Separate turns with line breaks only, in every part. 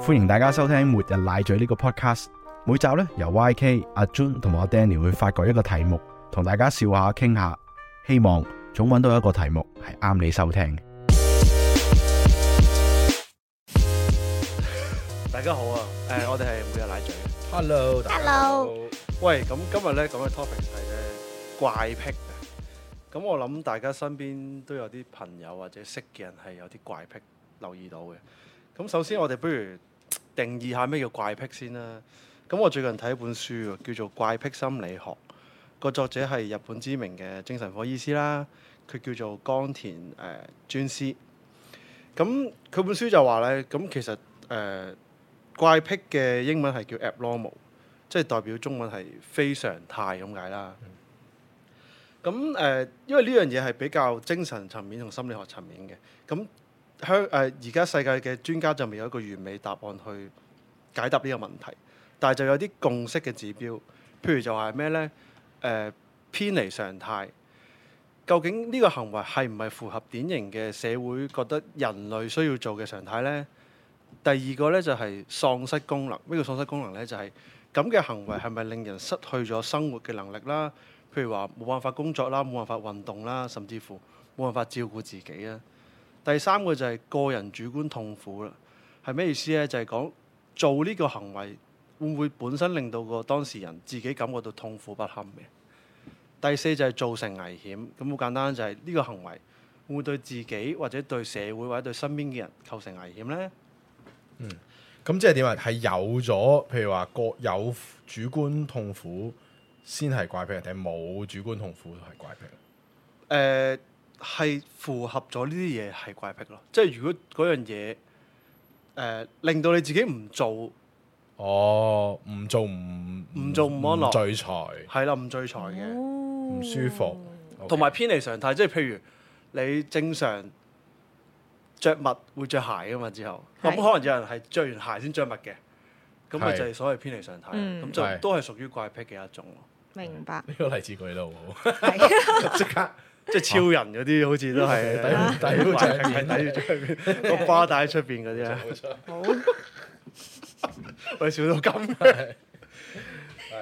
歡迎大家收聽《末日奶嘴》呢個 podcast。每集呢，由 YK、阿 Jun 同埋我 Danny 會發掘一個題目，同大家笑下、傾下，希望總揾到一個題目係啱你收聽嘅。
大家好啊！誒、我哋係每日奶嘴。
Hello，
Hello，
喂，咁今日咧講嘅 topic 係咧怪癖啊。咁我諗大家身邊都有啲朋友或者識嘅人係有啲怪癖留意到嘅。咁首先我哋不如定義下咩叫怪癖先啦。咁我最近睇一本書喎，叫做《怪癖心理學》，個作者係日本知名嘅精神科醫師啦，佢叫做江田誒、呃、專司。咁佢本書就話咧，咁其實誒、呃怪癖嘅英文係叫 abnormal。即係代表中文係非常態咁解啦。咁誒、呃因為呢樣嘢係比較精神層面同心理學層面嘅。咁香誒而家世界嘅專家就未有一個完美答案去解答呢個問題，但係就有啲共識嘅指標，譬如就係咩呢？誒、呃偏離常態。究竟呢個行為係唔係符合典型嘅社會覺得人類需要做嘅常態呢？第二個呢，就係、喪失功能。咩叫喪失功能呢？就係、咁嘅行為係咪令人失去咗生活嘅能力啦？譬如話冇辦法工作啦，冇辦法運動啦，甚至乎冇辦法照顧自己啊。第三個就係個人主觀痛苦啦，係咩意思呢？就係、講做呢個行為會唔會本身令到個當事人自己感覺到痛苦不堪嘅？第四就係造成危險，咁好簡單就係、呢個行為會唔會對自己或者對社會或者對身邊嘅人構成危險呢？
咁即係點啊？係有咗，譬如話個有主觀痛苦先係怪癖，定係冇主觀痛苦都係怪癖？
誒呃係、符合咗呢啲嘢係怪癖咯，即係如果嗰樣嘢誒、呃令到你自己唔做，
哦，唔做唔
唔做唔安樂
聚財，
係啦唔聚財嘅，
唔
唔舒服，
同埋偏離常態，即係譬如你正常着襪會着鞋噶嘛，之後咁
係
可能有人係着完鞋先着襪嘅，咁咪
係
就係所謂偏離常態，咁、
嗯
就
係。
都係屬於怪癖嘅一種咯，
明白
呢個例子舉得好好，
係
即刻
即係啊超人嗰啲好似都 係
底底褲
怪
着
癖係
面
底褲著面個巴帶喺出邊嗰啲啊。
好
喂，笑到咁嘅。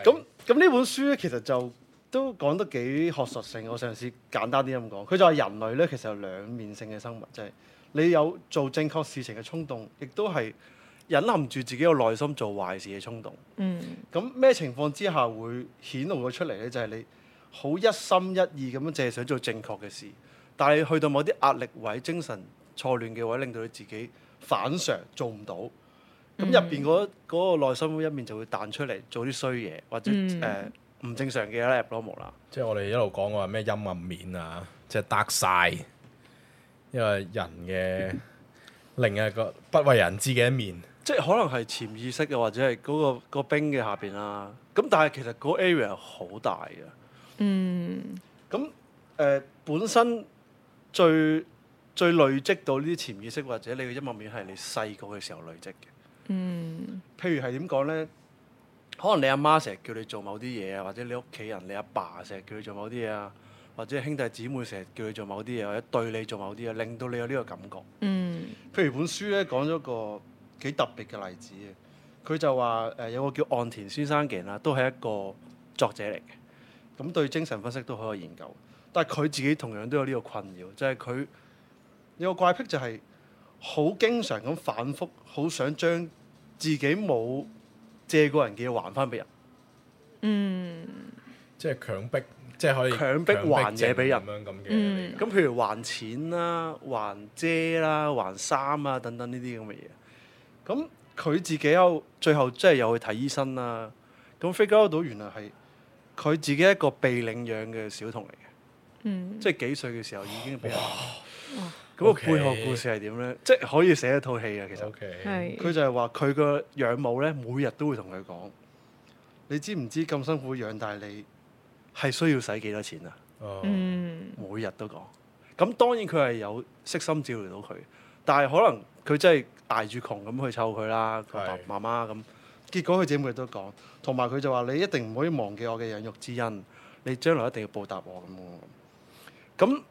咁咁呢本書咧，其實就都講得幾學術性。我嘗試簡單啲咁講，佢就係人類咧，其實有兩面性嘅生物，就係、你有做正確事情嘅衝動，亦都係隱含住自己有內心做壞事嘅衝動。
嗯
咁咩情況之下會顯露咗出嚟咧？就係、你好一心一意咁樣，淨係想做正確嘅事，但係去到某啲壓力位、精神錯亂嘅位，令到你自己反常做唔到。咁入邊嗰嗰個內心一面就會彈出嚟做啲衰嘢，或者呃誒唔、
嗯
正常嘅嘢啦，abnormal 啦。
即係我哋一路講話咩陰暗面啊，即係 dark side，因為人嘅另一個不為人知嘅一面。
即係可能係潛意識嘅，或者係嗰、個、個冰嘅下邊啦。咁但係其實嗰個 area 係好大嘅。
嗯
咁誒、呃本身最最累積到呢啲潛意識或者你嘅陰暗面係你細個嘅時候累積嘅。
嗯
譬如係點講呢？可能你阿媽成日叫你做某啲嘢啊，或者你屋企人、你阿爸成日叫你做某啲嘢啊，或者兄弟姊妹成日叫你做某啲嘢，或者對你做某啲嘢，令到你有呢個感覺。
嗯
譬如本書咧講咗個幾特別嘅例子啊嘅，佢就話誒、呃有個叫岸田先生嘅人啦，都係一個作者嚟嘅，咁對精神分析都好有研究，但係佢自己同樣都有呢個困擾，就係、佢有個怪癖就係好經常咁反覆，好想將自己冇借過人嘅嘢還翻俾人，
嗯
即係強迫，即係可以
強迫還嘢俾人
強迫症咁樣咁嘅理
嗯
解。
咁譬如還錢啦、還遮啦、還衫啊等等呢啲咁嘅嘢。咁佢自己有最後即係有去睇醫生啦。咁 figure out 到原來係佢自己一個被領養嘅小童嚟嘅，
嗯，
即係幾歲嘅時候已經俾人。咁個
OK
背後故事係點呢？即係可以寫一套戲啊嘅其實
O。K，
係
佢就係話佢個養母呢，每日都會同佢講：你知唔知咁辛苦養大你係需要使幾多錢啊？
哦，
嗯
每日都講。咁當然佢係有悉心照料到佢，但係可能佢真係捱住窮咁去湊佢啦，佢
係
爸媽媽咁。結果佢姐妹都講，同埋佢就話：你一定唔可以忘記我嘅養育之恩，你將來一定要報答我咁樣。咁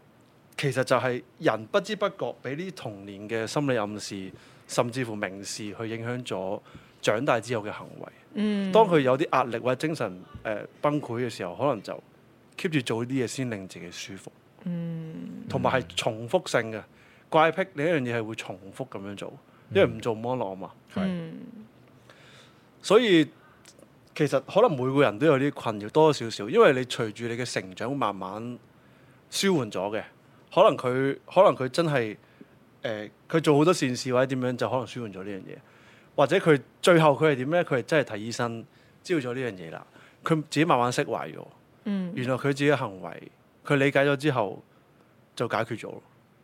其實就係人不知不覺俾呢啲童年嘅心理暗示甚至乎明示去影響咗長大之後嘅行為。
嗯，
當佢有啲壓力或者精神誒、呃崩潰嘅時候，可能就 keep 住做呢啲嘢先令自己舒服，
嗯
同埋係重複性嘅怪癖。另一樣嘢係會重複咁樣做，因為唔做唔安樂啊嘛。
係
嗯
所以其實可能每個人都有啲困擾多少少，因為你隨住你嘅成長慢慢舒緩咗嘅，可能佢可能佢真係誒佢做好多善事或者點樣就可能舒緩咗呢樣嘢，或者佢最後佢係點呢？佢係真係睇醫生知道咗呢樣嘢啦，佢自己慢慢釋懷咗，
嗯
原來佢自己嘅行為佢理解咗之後就解決咗咯。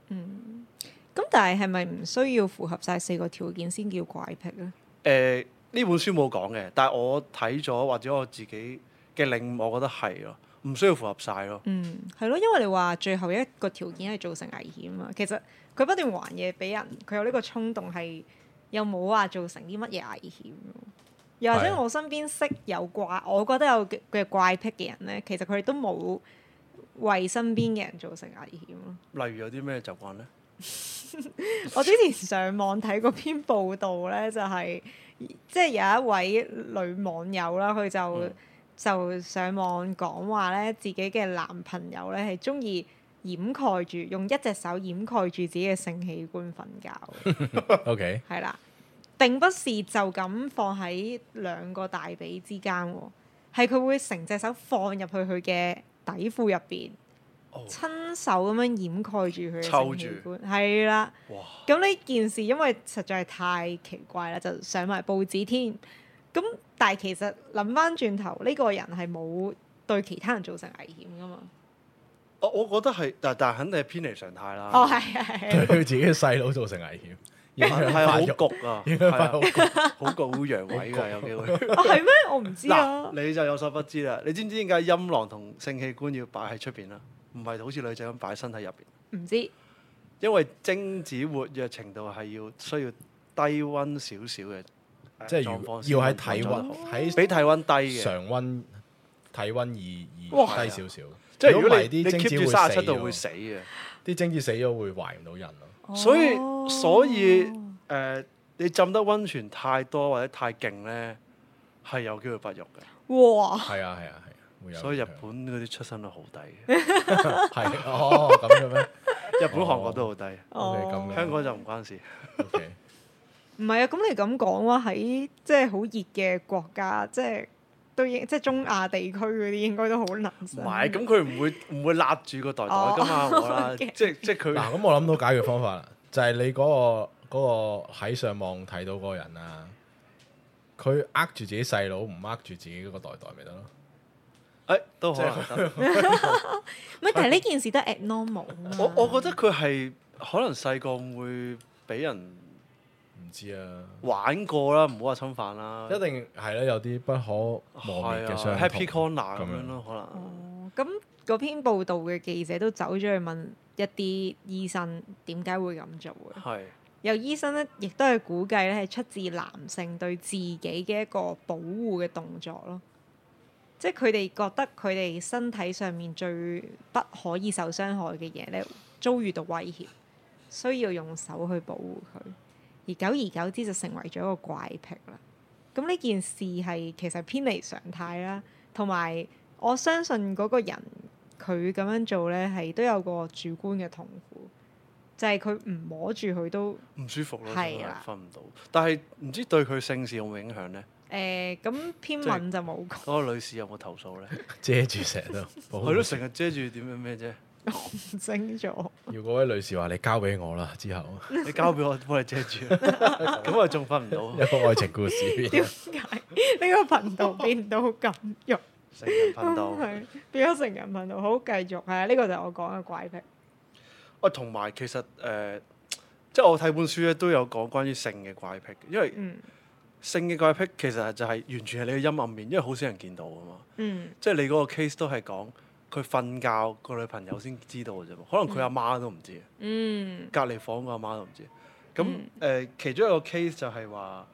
嗯，咁但係係咪唔需要符合晒四個條件先叫怪癖咧？
呃誒呢、本書冇講嘅，但係我睇咗或者我自己嘅領悟，我覺得係咯，唔需要符合晒咯。
嗯，係咯，因為你話最後一個條件係造成危險啊，其實佢不斷還嘢俾人，佢有呢個衝動係又冇話造成啲乜嘢危險咯。又或
係
者
啊
我身邊識有怪，我覺得有嘅嘅怪癖嘅人咧，其實佢哋都冇為身邊嘅人造成危險咯。
例如有啲咩習慣呢？
我之前上網睇過篇報道咧，就係、即係有一位女網友啦，佢就、
嗯
就上網講話咧，自己嘅男朋友咧係中意掩蓋住，用一隻手掩蓋住自己嘅性器官瞓 覺，
OK，
係啦。並不是就咁放喺兩個大髀之間喎，係佢會成隻手放入去佢嘅底褲入邊，
哦，
親手咁樣掩蓋住佢嘅
抽
性器官，係啦。
哇！
咁呢件事因為實在係太奇怪啦，就上埋報紙添。咁但係其實諗翻轉頭，呢、個人係冇對其他人造成危險噶嘛？
我我覺得係，但但肯定係偏離常態啦。
哦，係 係係，
對佢自己嘅細佬造成危險，影響
係啊好
發育，
焗 啊，
影響
係
發
啊
育。
好焗，好陽痿㗎，有機會。
哦係咩？我唔知啊
嗱，。你就有所不知啦。你知唔知點解陰囊同性器官要擺喺出邊啦？唔係好似女仔咁擺喺身體入邊，
唔知
因為精子活躍程度係要需要低温少少嘅呃
即係
狀
如
況先
要喺
可以運
體
作得
温
好
喺
比體温低嘅，
常温體温以以
哇
低少少。
即係如啊果
唔係
你你
啲精
keep
子
住
會
三十
死
七度會
咗，
死啊嘅。
啲精子死咗會懷唔到人咯。
所以
哦
所以誒、你浸得温泉太多或者太勁咧，係有機會不育嘅。
哇，
係啊係啊係啊，會有。
所以日本嗰啲出生率好低嘅，
係哦咁嘅咩
日本、韓國都好低，
？OK
哦
咁
香港就唔關事。
OK
唔係啊？咁你咁講話喺即係好熱嘅國家，即係都應即係中亞地區嗰啲應該都好難
唔
生。
係，咁佢唔會唔會揦住個袋袋㗎嘛，
哦
我啦，即
OK
即係佢
嗱，咁我諗到解決方法啦，就係你嗰個嗰個喺上網睇到嗰個人啊，佢呃住自己細佬，唔呃住自己嗰個袋袋咪得咯。
誒都可能得。
唔係，但係呢件事都係 abnormal 啊嘛
我我覺得佢係可能細個會俾人
唔知啊，
玩過啦，唔好話侵犯啦。
一定係啦，有啲不可磨滅
係
嘅
啊
傷
，Happy
痛
Corner 咁
咁樣
樣咯，可能。
哦，咁嗰篇報道嘅記者都走咗去問一啲醫生點解會咁做嘅。
係
有醫生咧，亦都係估計咧係出自男性對自己嘅一個保護嘅動作咯。即係佢哋覺得佢哋身體上面最不可以受傷害嘅嘢咧，遭遇到威脅，需要用手去保護佢，而久而久之就成為咗一個怪癖啦。咁呢件事係其實偏離常態啦，同埋我相信嗰個人佢咁樣做咧係都有個主觀嘅痛苦，就係佢唔摸住佢都。
唔舒服咯，
係
真係
啊啦
瞓唔到。但係唔知對佢性事有冇影響咧？
誒呃咁篇
即係
文就冇講，
嗰個女士有冇投訴咧？
遮住成日 都。
佢都成日遮住點樣咩啫？
唔清 楚。
要嗰位女士話你交俾我啦，之後
你交俾我幫你遮住，咁啊仲瞓唔
一
到，
個愛情故事。
點解呢個頻道變到咁肉？
成日瞓到。
係變咗成人頻道，好繼續係啊！呢個就係我講嘅怪癖。
啊，同埋其實誒、呃即係我睇本書咧都有講關於性嘅怪癖，因為
嗯
性嘅怪癖其實就係完全係你嘅陰暗面，因為好少人見到噶嘛。
嗯
即係你嗰個 case 都係講佢瞓覺個女朋友先知道嘅啫嘛，可能佢阿媽都唔知。啊
嗯
隔離房個阿媽都唔知。咁誒、
嗯
呃其中一個 case 就係話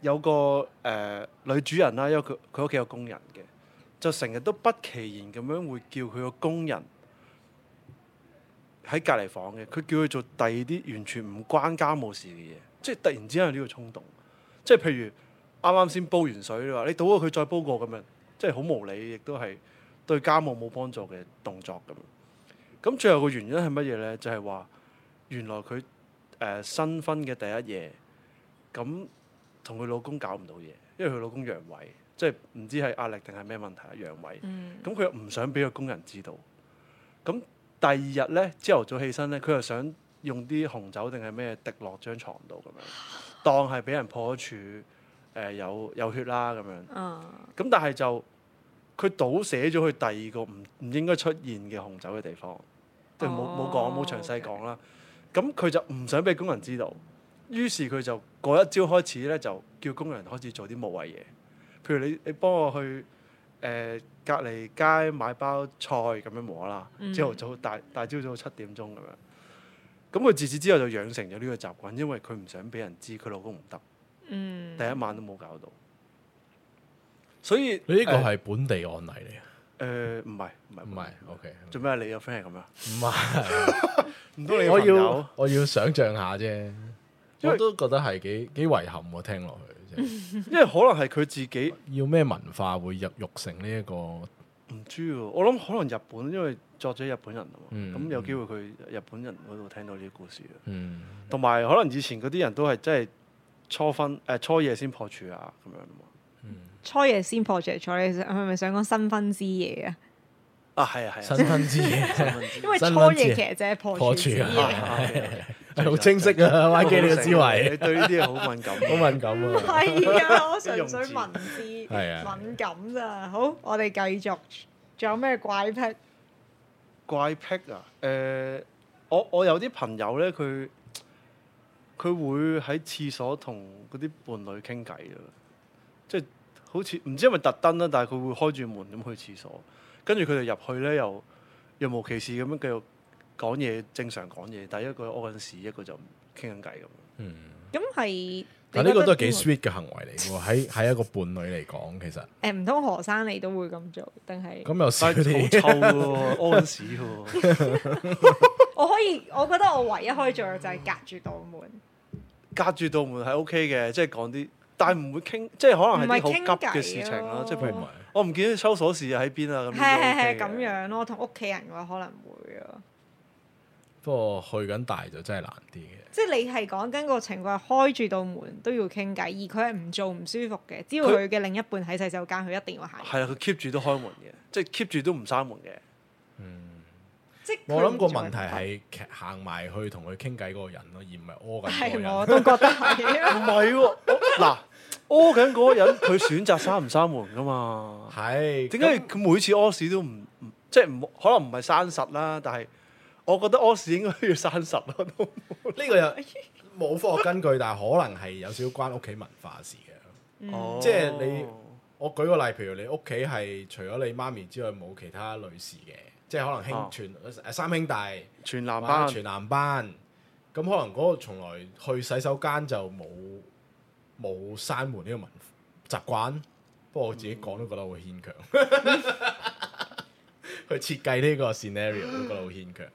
有個誒、呃女主人啦，因為佢佢屋企有工人嘅，就成日都不其然咁樣會叫佢個工人喺隔離房嘅，佢叫佢做第二啲完全唔關家務事嘅嘢，即係突然之間有呢個衝動，即係譬如啱啱先煲完水，你話你倒咗佢再煲過咁樣，即係好無理，亦都係對家務冇幫助嘅動作咁樣。咁最後個原因係乜嘢呢？就係、話原來佢誒、呃新婚嘅第一夜，咁同佢老公搞唔到嘢，因為佢老公陽痿，即係唔知係壓力定係咩問題啊，陽痿。
嗯，
咁佢又唔想俾個工人知道。咁第二日咧，朝頭早起身咧，佢又想用啲紅酒定係咩滴落張床度咁樣，當係俾人破咗處，誒、有有血啦咁樣。
啊，
咁但係就佢倒寫咗去第二個唔唔應該出現嘅紅酒嘅地方，即係冇冇講
哦
冇詳細講啦。咁佢就唔想俾工人知道，於是佢就嗰一朝開始咧就叫工人開始做啲無謂嘢，譬如你你幫我去誒、呃隔離街買包菜咁樣摸啦
嗯，
朝頭早大大朝早七點鐘咁樣。咁佢自此之後就養成咗呢個習慣，因為佢唔想俾人知佢老公唔得，
嗯，
第一晚都冇搞到。所以
你呢個
呃
係本地案例嚟啊？
誒唔係唔係
唔係，OK，
做咩啊？你個 friend 係咁樣？
唔係，
唔通你
我
朋友
要我要想象下啫，
因為
我都覺得係幾幾遺憾喎，聽落去，即係
因為可能係佢自己
要咩文化會入育成呢一個
唔知喎。我諗可能日本，因為作者日本人啊嘛，咁、
嗯
有機會佢日本人嗰度聽到呢啲故事啊。
嗯
同埋可能以前嗰啲人都係真係初婚誒、呃初夜先破處啊咁樣啊嘛。
初夜先破除咗，你係咪想講新婚之夜啊？
啊係啊係
新
啊
婚之夜，
因為初
新婚之
夜
夜
其實就係破
破
處之
處
夜
啊，
啊係
係好清晰 啊
啊
，YK 呢個思維
你對呢啲嘢好敏感。
好敏感
唔
啊，
係啊，我 純
用
粹
字
文字
係啊
敏感咋。好，我哋繼續，仲有咩怪癖？
怪癖啊！誒、我我有啲朋友咧，佢佢會喺廁所同嗰啲伴侶傾偈啊，即係好似唔知係咪特登啦，但係佢會開住門咁去廁所，跟住佢哋入去咧又若無其事咁樣繼續講嘢，正常講嘢，但係一個屙緊屎，一個就傾緊偈咁。
嗯。
咁係，
啊但呢個都係幾
你覺得
sweet 嘅行為嚟嘅喎，喺喺一個伴侶嚟講，其實
誒，唔通何生你都會咁做？定係
咁有時
但
佢
係好
哋
臭喎，屙緊屎喎，
我可以？我覺得我唯一可以做嘅就係隔住道門，
隔住道門係 OK 嘅，即係講啲，但係唔會傾，即係可能係啲
唔係傾偈
好急嘅事情啦，
咯
即係譬
唔
如
係
我哦唔見收鎖匙喺邊啊，咁
係
呢啲
係係
OK 嘅
咁。樣咯。同屋企人嘅話可能會啊，
不過去緊大就真係難啲嘅。
即係你係講緊個情況係開住道門都要傾偈，而佢係唔做唔舒服嘅。只要
佢
佢嘅另一半喺洗手間，佢一定要行。
係啊，佢 keep 住都開門嘅，即係 keep 住都唔閂門嘅。
即係
我諗個
佢唔啊做
問題係騎行埋去同佢傾偈嗰個人咯，而唔係屙緊嗰個
係我
人。
都覺得係
唔
啊。
係喎，我 嗱屙緊嗰個人，佢選擇閂唔閂門噶嘛？
係
點解
咁
佢每次屙屎都唔唔即係唔可能唔係閂實啦？但係我覺得屙屎應該要閂實咯。都
呢個又冇科學根據，但係可能係有少少關屋企文化事嘅。
哦
即係你我舉個例，譬如你屋企係除咗你媽咪之外冇其他女士嘅，即係可能兄
哦
全誒三兄弟。
全男
班
班
全男班，咁可能嗰個從來去洗手間就冇冇閂門呢個文習慣。不過我自己講都覺得好牽強， 佢設計呢個 scenario 都覺得好牽強。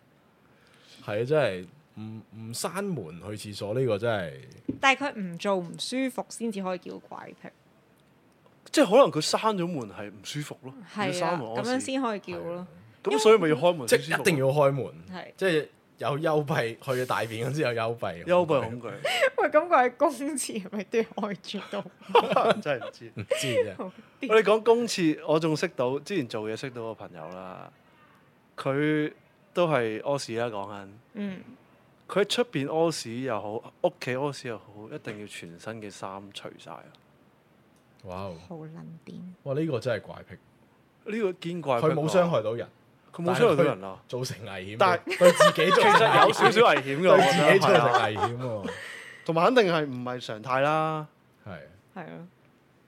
係啊，真係唔唔閂門去廁所呢個真係
但係佢唔做唔舒服先至可以叫怪癖，
即係可能佢閂咗門係唔舒服咯，要
係
閂
啊，
門
咁
屙
樣
屎。
先可以叫咯。因為
咁所以咪要開門
即
先舒
係
服，啊
一定要開門，
係
即係啊有幽閉去咗大便嗰陣時有幽閉，
幽閉恐懼，
喂，咁佢喺公廁係咪都要開住道 門？
真係唔知。
唔知啫。
我哋講公廁，我仲識到之前做嘢識到個朋友啦，佢都係屙屎啦講緊，
嗯，
佢喺出邊屙屎又好，屋企屙屎又好，一定要全身嘅衫除晒。啊呢、
哇哦！
好撚癲。
哇，呢個真係怪癖，
個見怪不
佢
怪
冇傷，害到人。
佢冇傷害到人啊！
造成危險，
但
對對自己造
其
成
實有
危險
少少危險㗎，
對
我
自
覺
己
得
造
係啊
成危險喎，
同埋肯定係唔係常態啦。
係
係咯。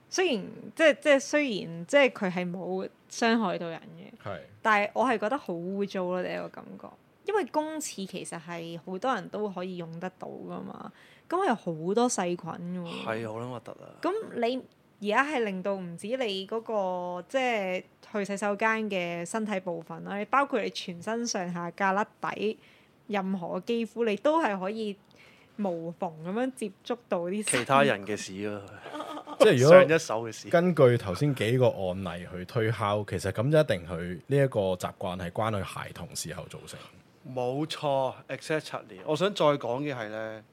雖然即係即係雖然即係佢係冇傷害到人嘅，
係
但係我係覺得好污糟咯，呢個感覺。因為公廁其實係好多人都可以用得到噶嘛，咁有好多細菌㗎
係
喎。
好撚核突啊！
咁你而家係令到唔止你嗰、個即係去洗手間嘅身體部分啦，你包括你全身上下架甩底，任何肌膚你都係可以無縫咁樣接觸到啲
其他人嘅事咯，
即係如
上
果
一手嘅事。
根據頭先幾個案例去推敲，其實咁就一定佢呢一個習慣係關佢孩童時候造成。
冇錯，exactly。我想再講嘅係呢，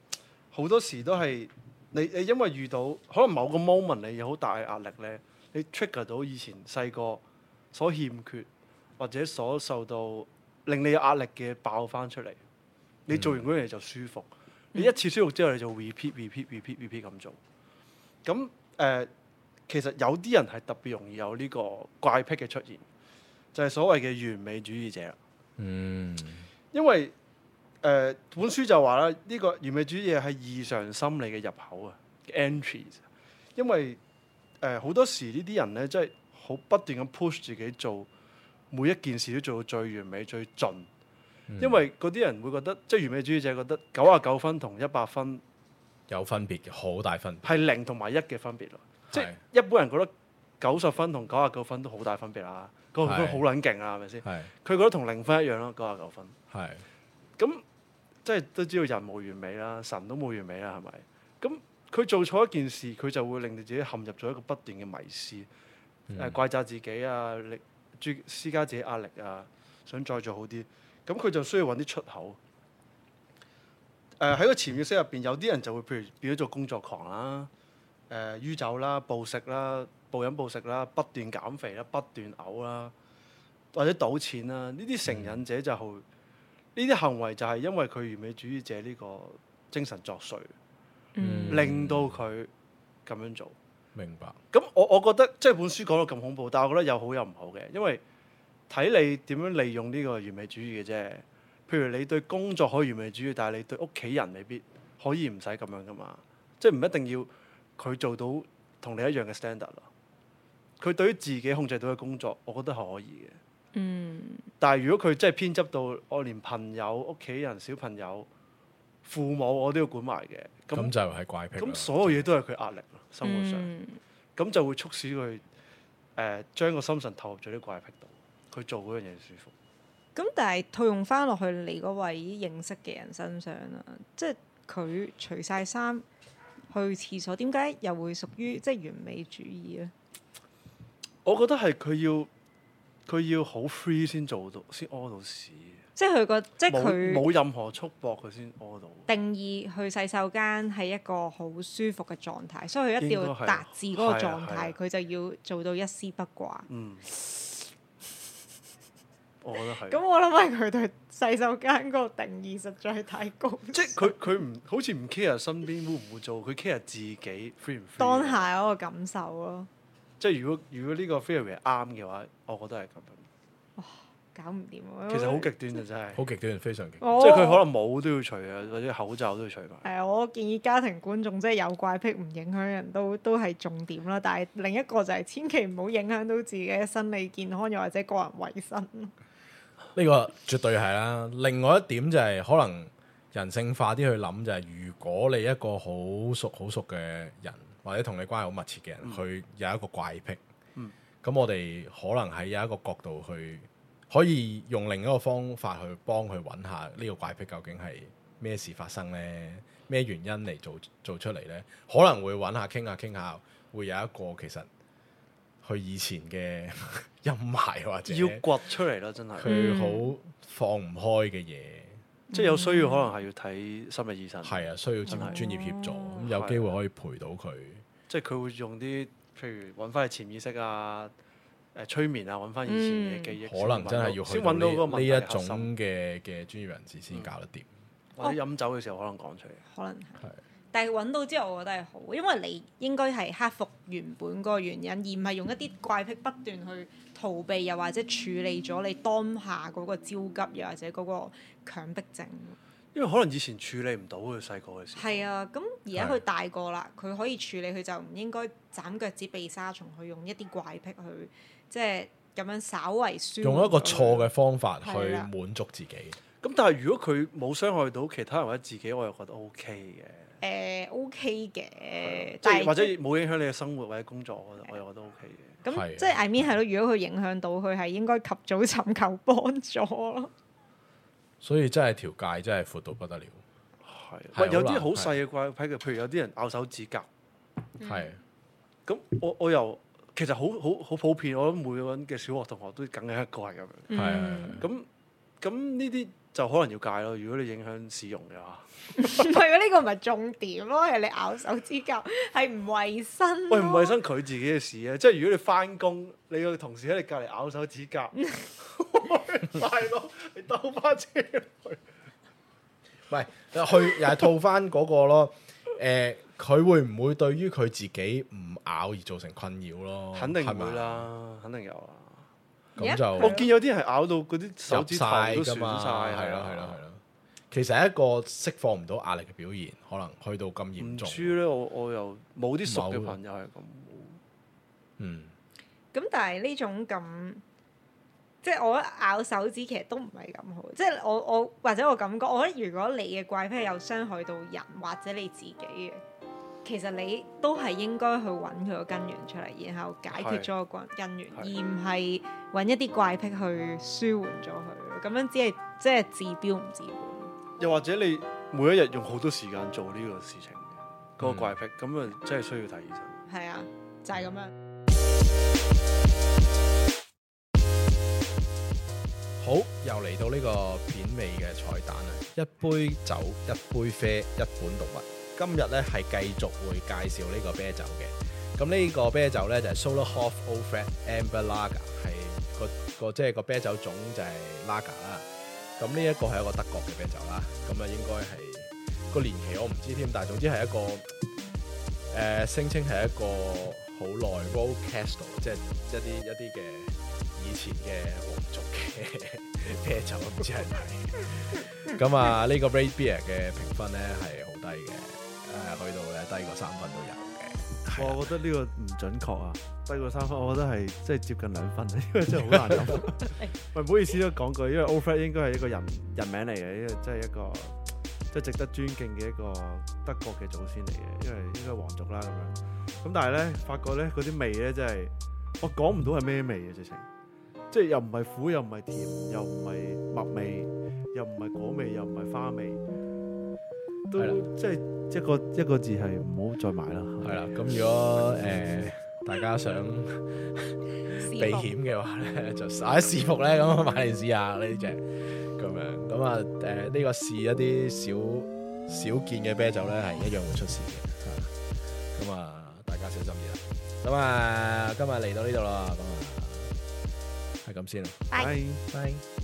好多時都係你你因為遇到可能某個 moment 你有好大嘅壓力呢，你 trigger 到以前細個所欠缺或者所受到令你有壓力嘅爆翻出嚟，你做完嗰樣嘢就舒服。你一次舒服之後，你就 repeat repeat repeat repeat 咁做。咁誒、呃其實有啲人係特別容易有呢個怪癖嘅出現，就係、所謂嘅完美主義者啦。
嗯，
因為誒、呃本書就話啦，呢、個完美主義係異常心理嘅入口啊，entries。因為呃誒好、多時呢啲人咧，真係好不斷咁 push 自己做每一件事都做到最完美、最盡。因為嗰啲人會覺得，即係完美主義者覺得九啊九分同一百分
有分別嘅，好大分別。
係零同埋一嘅分別咯。即係
係
一般人覺得九十分同九啊九分都好大分別啦，九啊九分好撚勁啊，係咪先？
係
佢覺得同零分一樣咯，九啊九分。
係
咁即係都知道人無完美啦，神都冇完美啦，係咪？咁佢做錯一件事，佢就會令到自己陷入咗一個不斷嘅迷思，誒、怪責自己啊，力諸施加自己壓力啊，想再做好啲。咁佢就需要揾啲出口。誒、喺個潛意識入邊，有啲人就會譬如變咗做工作狂啦，誒、酗酒啦、暴食啦、暴飲暴食啦，不斷減肥啦、不斷嘔啦，或者賭錢啦，呢啲成癮者就好。呢啲行為就係因為佢完美主義者呢個精神作祟，
嗯
令到佢咁樣做。
明白。
咁我我覺得即係本書講到咁恐怖，但係我覺得有好有唔好嘅，因為睇你點樣利用呢個完美主義嘅啫。譬如你對工作可以完美主義，但係你對屋企人未必可以唔使咁樣噶嘛，即係唔一定要佢做到同你一樣嘅 standard 咯。佢對於自己控制到嘅工作，我覺得係可以嘅。
嗯
但係如果佢真係偏執到我連朋友、屋企人、小朋友、父母我都要管埋嘅，
咁
咁
就係怪癖啦。
咁所有嘢都係佢壓力咯，生活上
嗯
咁、就會促使佢誒、呃、將個心神投入咗啲怪癖度，佢做嗰樣嘢舒服。
咁但係套用翻落去你嗰位認識嘅人身上啦，即係佢除晒衫去廁所，點解又會屬於即係完美主義咧？
我覺得係佢要佢要好 free 先做到，先屙到屎，
即係佢個即係
冇
佢
冇任何束縛佢先屙到。
定義去洗手間係一個好舒服嘅狀態，所以佢一定
應
要
該係
達至嗰個
係啊
狀
係啊
態，佢就要做到一絲不掛。
嗯，我覺得係。
咁我諗係佢對洗手間嗰個定義實在係太高，
即係佢佢唔好似唔 care 身邊會唔會做，佢 care 自己 free 唔 free。啊
當下嗰個感受咯，
即係如果如果呢個 theory 係啱嘅話，我覺得係咁
搞唔掂啊。
樣。其實好極端嘅真係，
哦好極端，非常極端。
我，
即係佢可能帽都要除啊，或者口罩都要除埋。
誒，啊我建議家庭觀眾即係有怪癖唔影響人都都係重點啦，但係另一個就係千祈唔好影響到自己嘅生理健康，又或者個人衞生。
呢個絕對係啦。另外一點就係可能人性化啲去諗，就係如果你一個好熟好熟嘅人，或者同你關係好密切嘅人，佢、有一個怪癖，咁、
嗯
我哋可能喺有一個角度去，可以用另一個方法去幫佢揾下呢個怪癖究竟係咩事發生呢？咩原因嚟做做出嚟呢？可能會揾下傾下傾下，會有一個其實佢以前嘅 陰霾或者
要掘出嚟啦，真係。
佢
嗯
好放唔開嘅嘢，
即係有需要，可能係要睇心理醫生。
係啊，需要專
係
專業協助，咁
係
有
啊
機會可以陪到佢。
即係佢會用啲譬如揾翻你潛意識啊、誒催眠啊，揾翻以前嘅記憶。
嗯可能真係要去
啊先
到
揾到嗰個
呢
問
呢
題
一
嘅核心嗯
種嘅嘅專業人士先搞得掂。
或者飲酒嘅時候可能講出嚟。
可能係
係，
但係揾到之後，我覺得係好，因為你應該係克服原本嗰個原因，而唔係用一啲怪癖不斷去逃避，又或者處理咗你當下嗰個焦急，又或者嗰個強迫症。
因為可能以前處理唔到嘅細個嘅時候。
係啊，咁而家
係
佢大個啦，佢可以處理，佢就唔應該斬腳趾避沙蟲，去用一啲怪癖去即係咁樣稍為舒緩
用一個
咗佢
錯嘅方法去
嗯係啦
滿足自己，
咁但係如果佢冇傷害到其他人或者自己，我又覺得 O K 嘅。
誒、OK 嘅，
即
但
係
係
或者
即
冇影響你嘅生活或者工作，我覺得我又覺得 O K 嘅。
咁
係啊
即係 I mean 係咯，如果佢影響到佢係應該及早尋求幫助咯。
所以真係條界真係闊到不得了。
係係，
係啊
喂有
好
啲
難
好細嘅怪癖嘅，譬如有啲人咬手指甲，
嗯
係
咁我我又其實好好好普遍，我諗每個人嘅小學同學都梗係一個係咁樣。
嗯
係係
咁咁呢啲就可能要戒咯。如果你影響市容嘅話，
唔係喎，呢個唔係重點咯，係你咬手指甲係唔衞生咯。
喂唔衞生佢自己嘅事啊！即係如果你翻工，你個同事喺你隔離咬手指甲， 喂大佬你兜翻車去，
唔係去又係套翻嗰個咯。誒、佢會唔會對於佢自己唔咬而造成困擾咯？
肯定
哦係咪啊
會。啦，肯定有啦。
咁就
我見有啲人係咬到嗰啲手指
入
頭
晒
都
㗎
損晒，啊
嘛，係咯係咯係咯。其實係一個釋放唔到壓力嘅表現，可能去到咁嚴
唔
重。
知咧，我我又冇啲熟嘅
冇
朋友係咁。
嗯，
咁但係呢種咁，即係我覺得咬手指其實都唔係咁好。即係我我或者我感覺，我覺得如果你嘅怪癖係有傷害到人或者你自己嘅，其實你都係應該去揾佢個根源出嚟，然後解決咗個根源，
係
而唔係揾一啲怪癖去舒緩咗佢。咁樣只係即係治標唔治本。
又或者你每一日用好多時間做呢個事情嘅
嗯
嗰個怪癖，咁啊真係需要睇醫生。
係啊，就係、咁樣。
好，又嚟到呢個片尾嘅彩蛋啦！一杯酒，一杯啡，一本讀物。今日呢係繼續會介紹呢個啤酒嘅。咁呢個啤酒呢，就係 Solerhof Old Fred Amber Lager，係個個即係個啤酒種就係 Lager 啦。咁呢一個係一個德國嘅啤酒啦。咁啊應該係個年期我唔知添，但係總之係一個誒、呃、聲稱係一個好耐 Road Castle，即係一啲一啲嘅以前嘅皇族嘅啤酒，唔知係咪？咁啊，呢、個 Red Beer 嘅評分咧係好低嘅，誒、去到咧低過三分都有嘅。係啊
我覺得呢個唔準確啊，低過三分，我覺得係即係接近兩分啊，因 為真係好難飲。喂，唔好意思都講句，因為 Old Fred 應該係一個人人名嚟嘅，呢個真係一個即係值得尊敬嘅一個德國嘅祖先嚟嘅，因為應該係皇族啦咁樣。咁但係咧，發覺咧嗰啲味咧真係我講唔到係咩味嘅直情，即係又唔係苦，又唔係甜，又唔係麥味，又唔係果味，又唔係花味，都
係啦
即係一個一個字係唔好再買啦。
係啦，咁如果誒、呃大家想避
避
險嘅話咧，就或者試服咧咁買嚟試下呢只咁樣。咁啊誒呢個試一啲少少見嘅啤酒咧，係一樣會出事嘅。啊咁啊，大家小心啲啦。咁啊，今日嚟到呢度啦，咁啊係咁先啦，
拜
拜。
拜。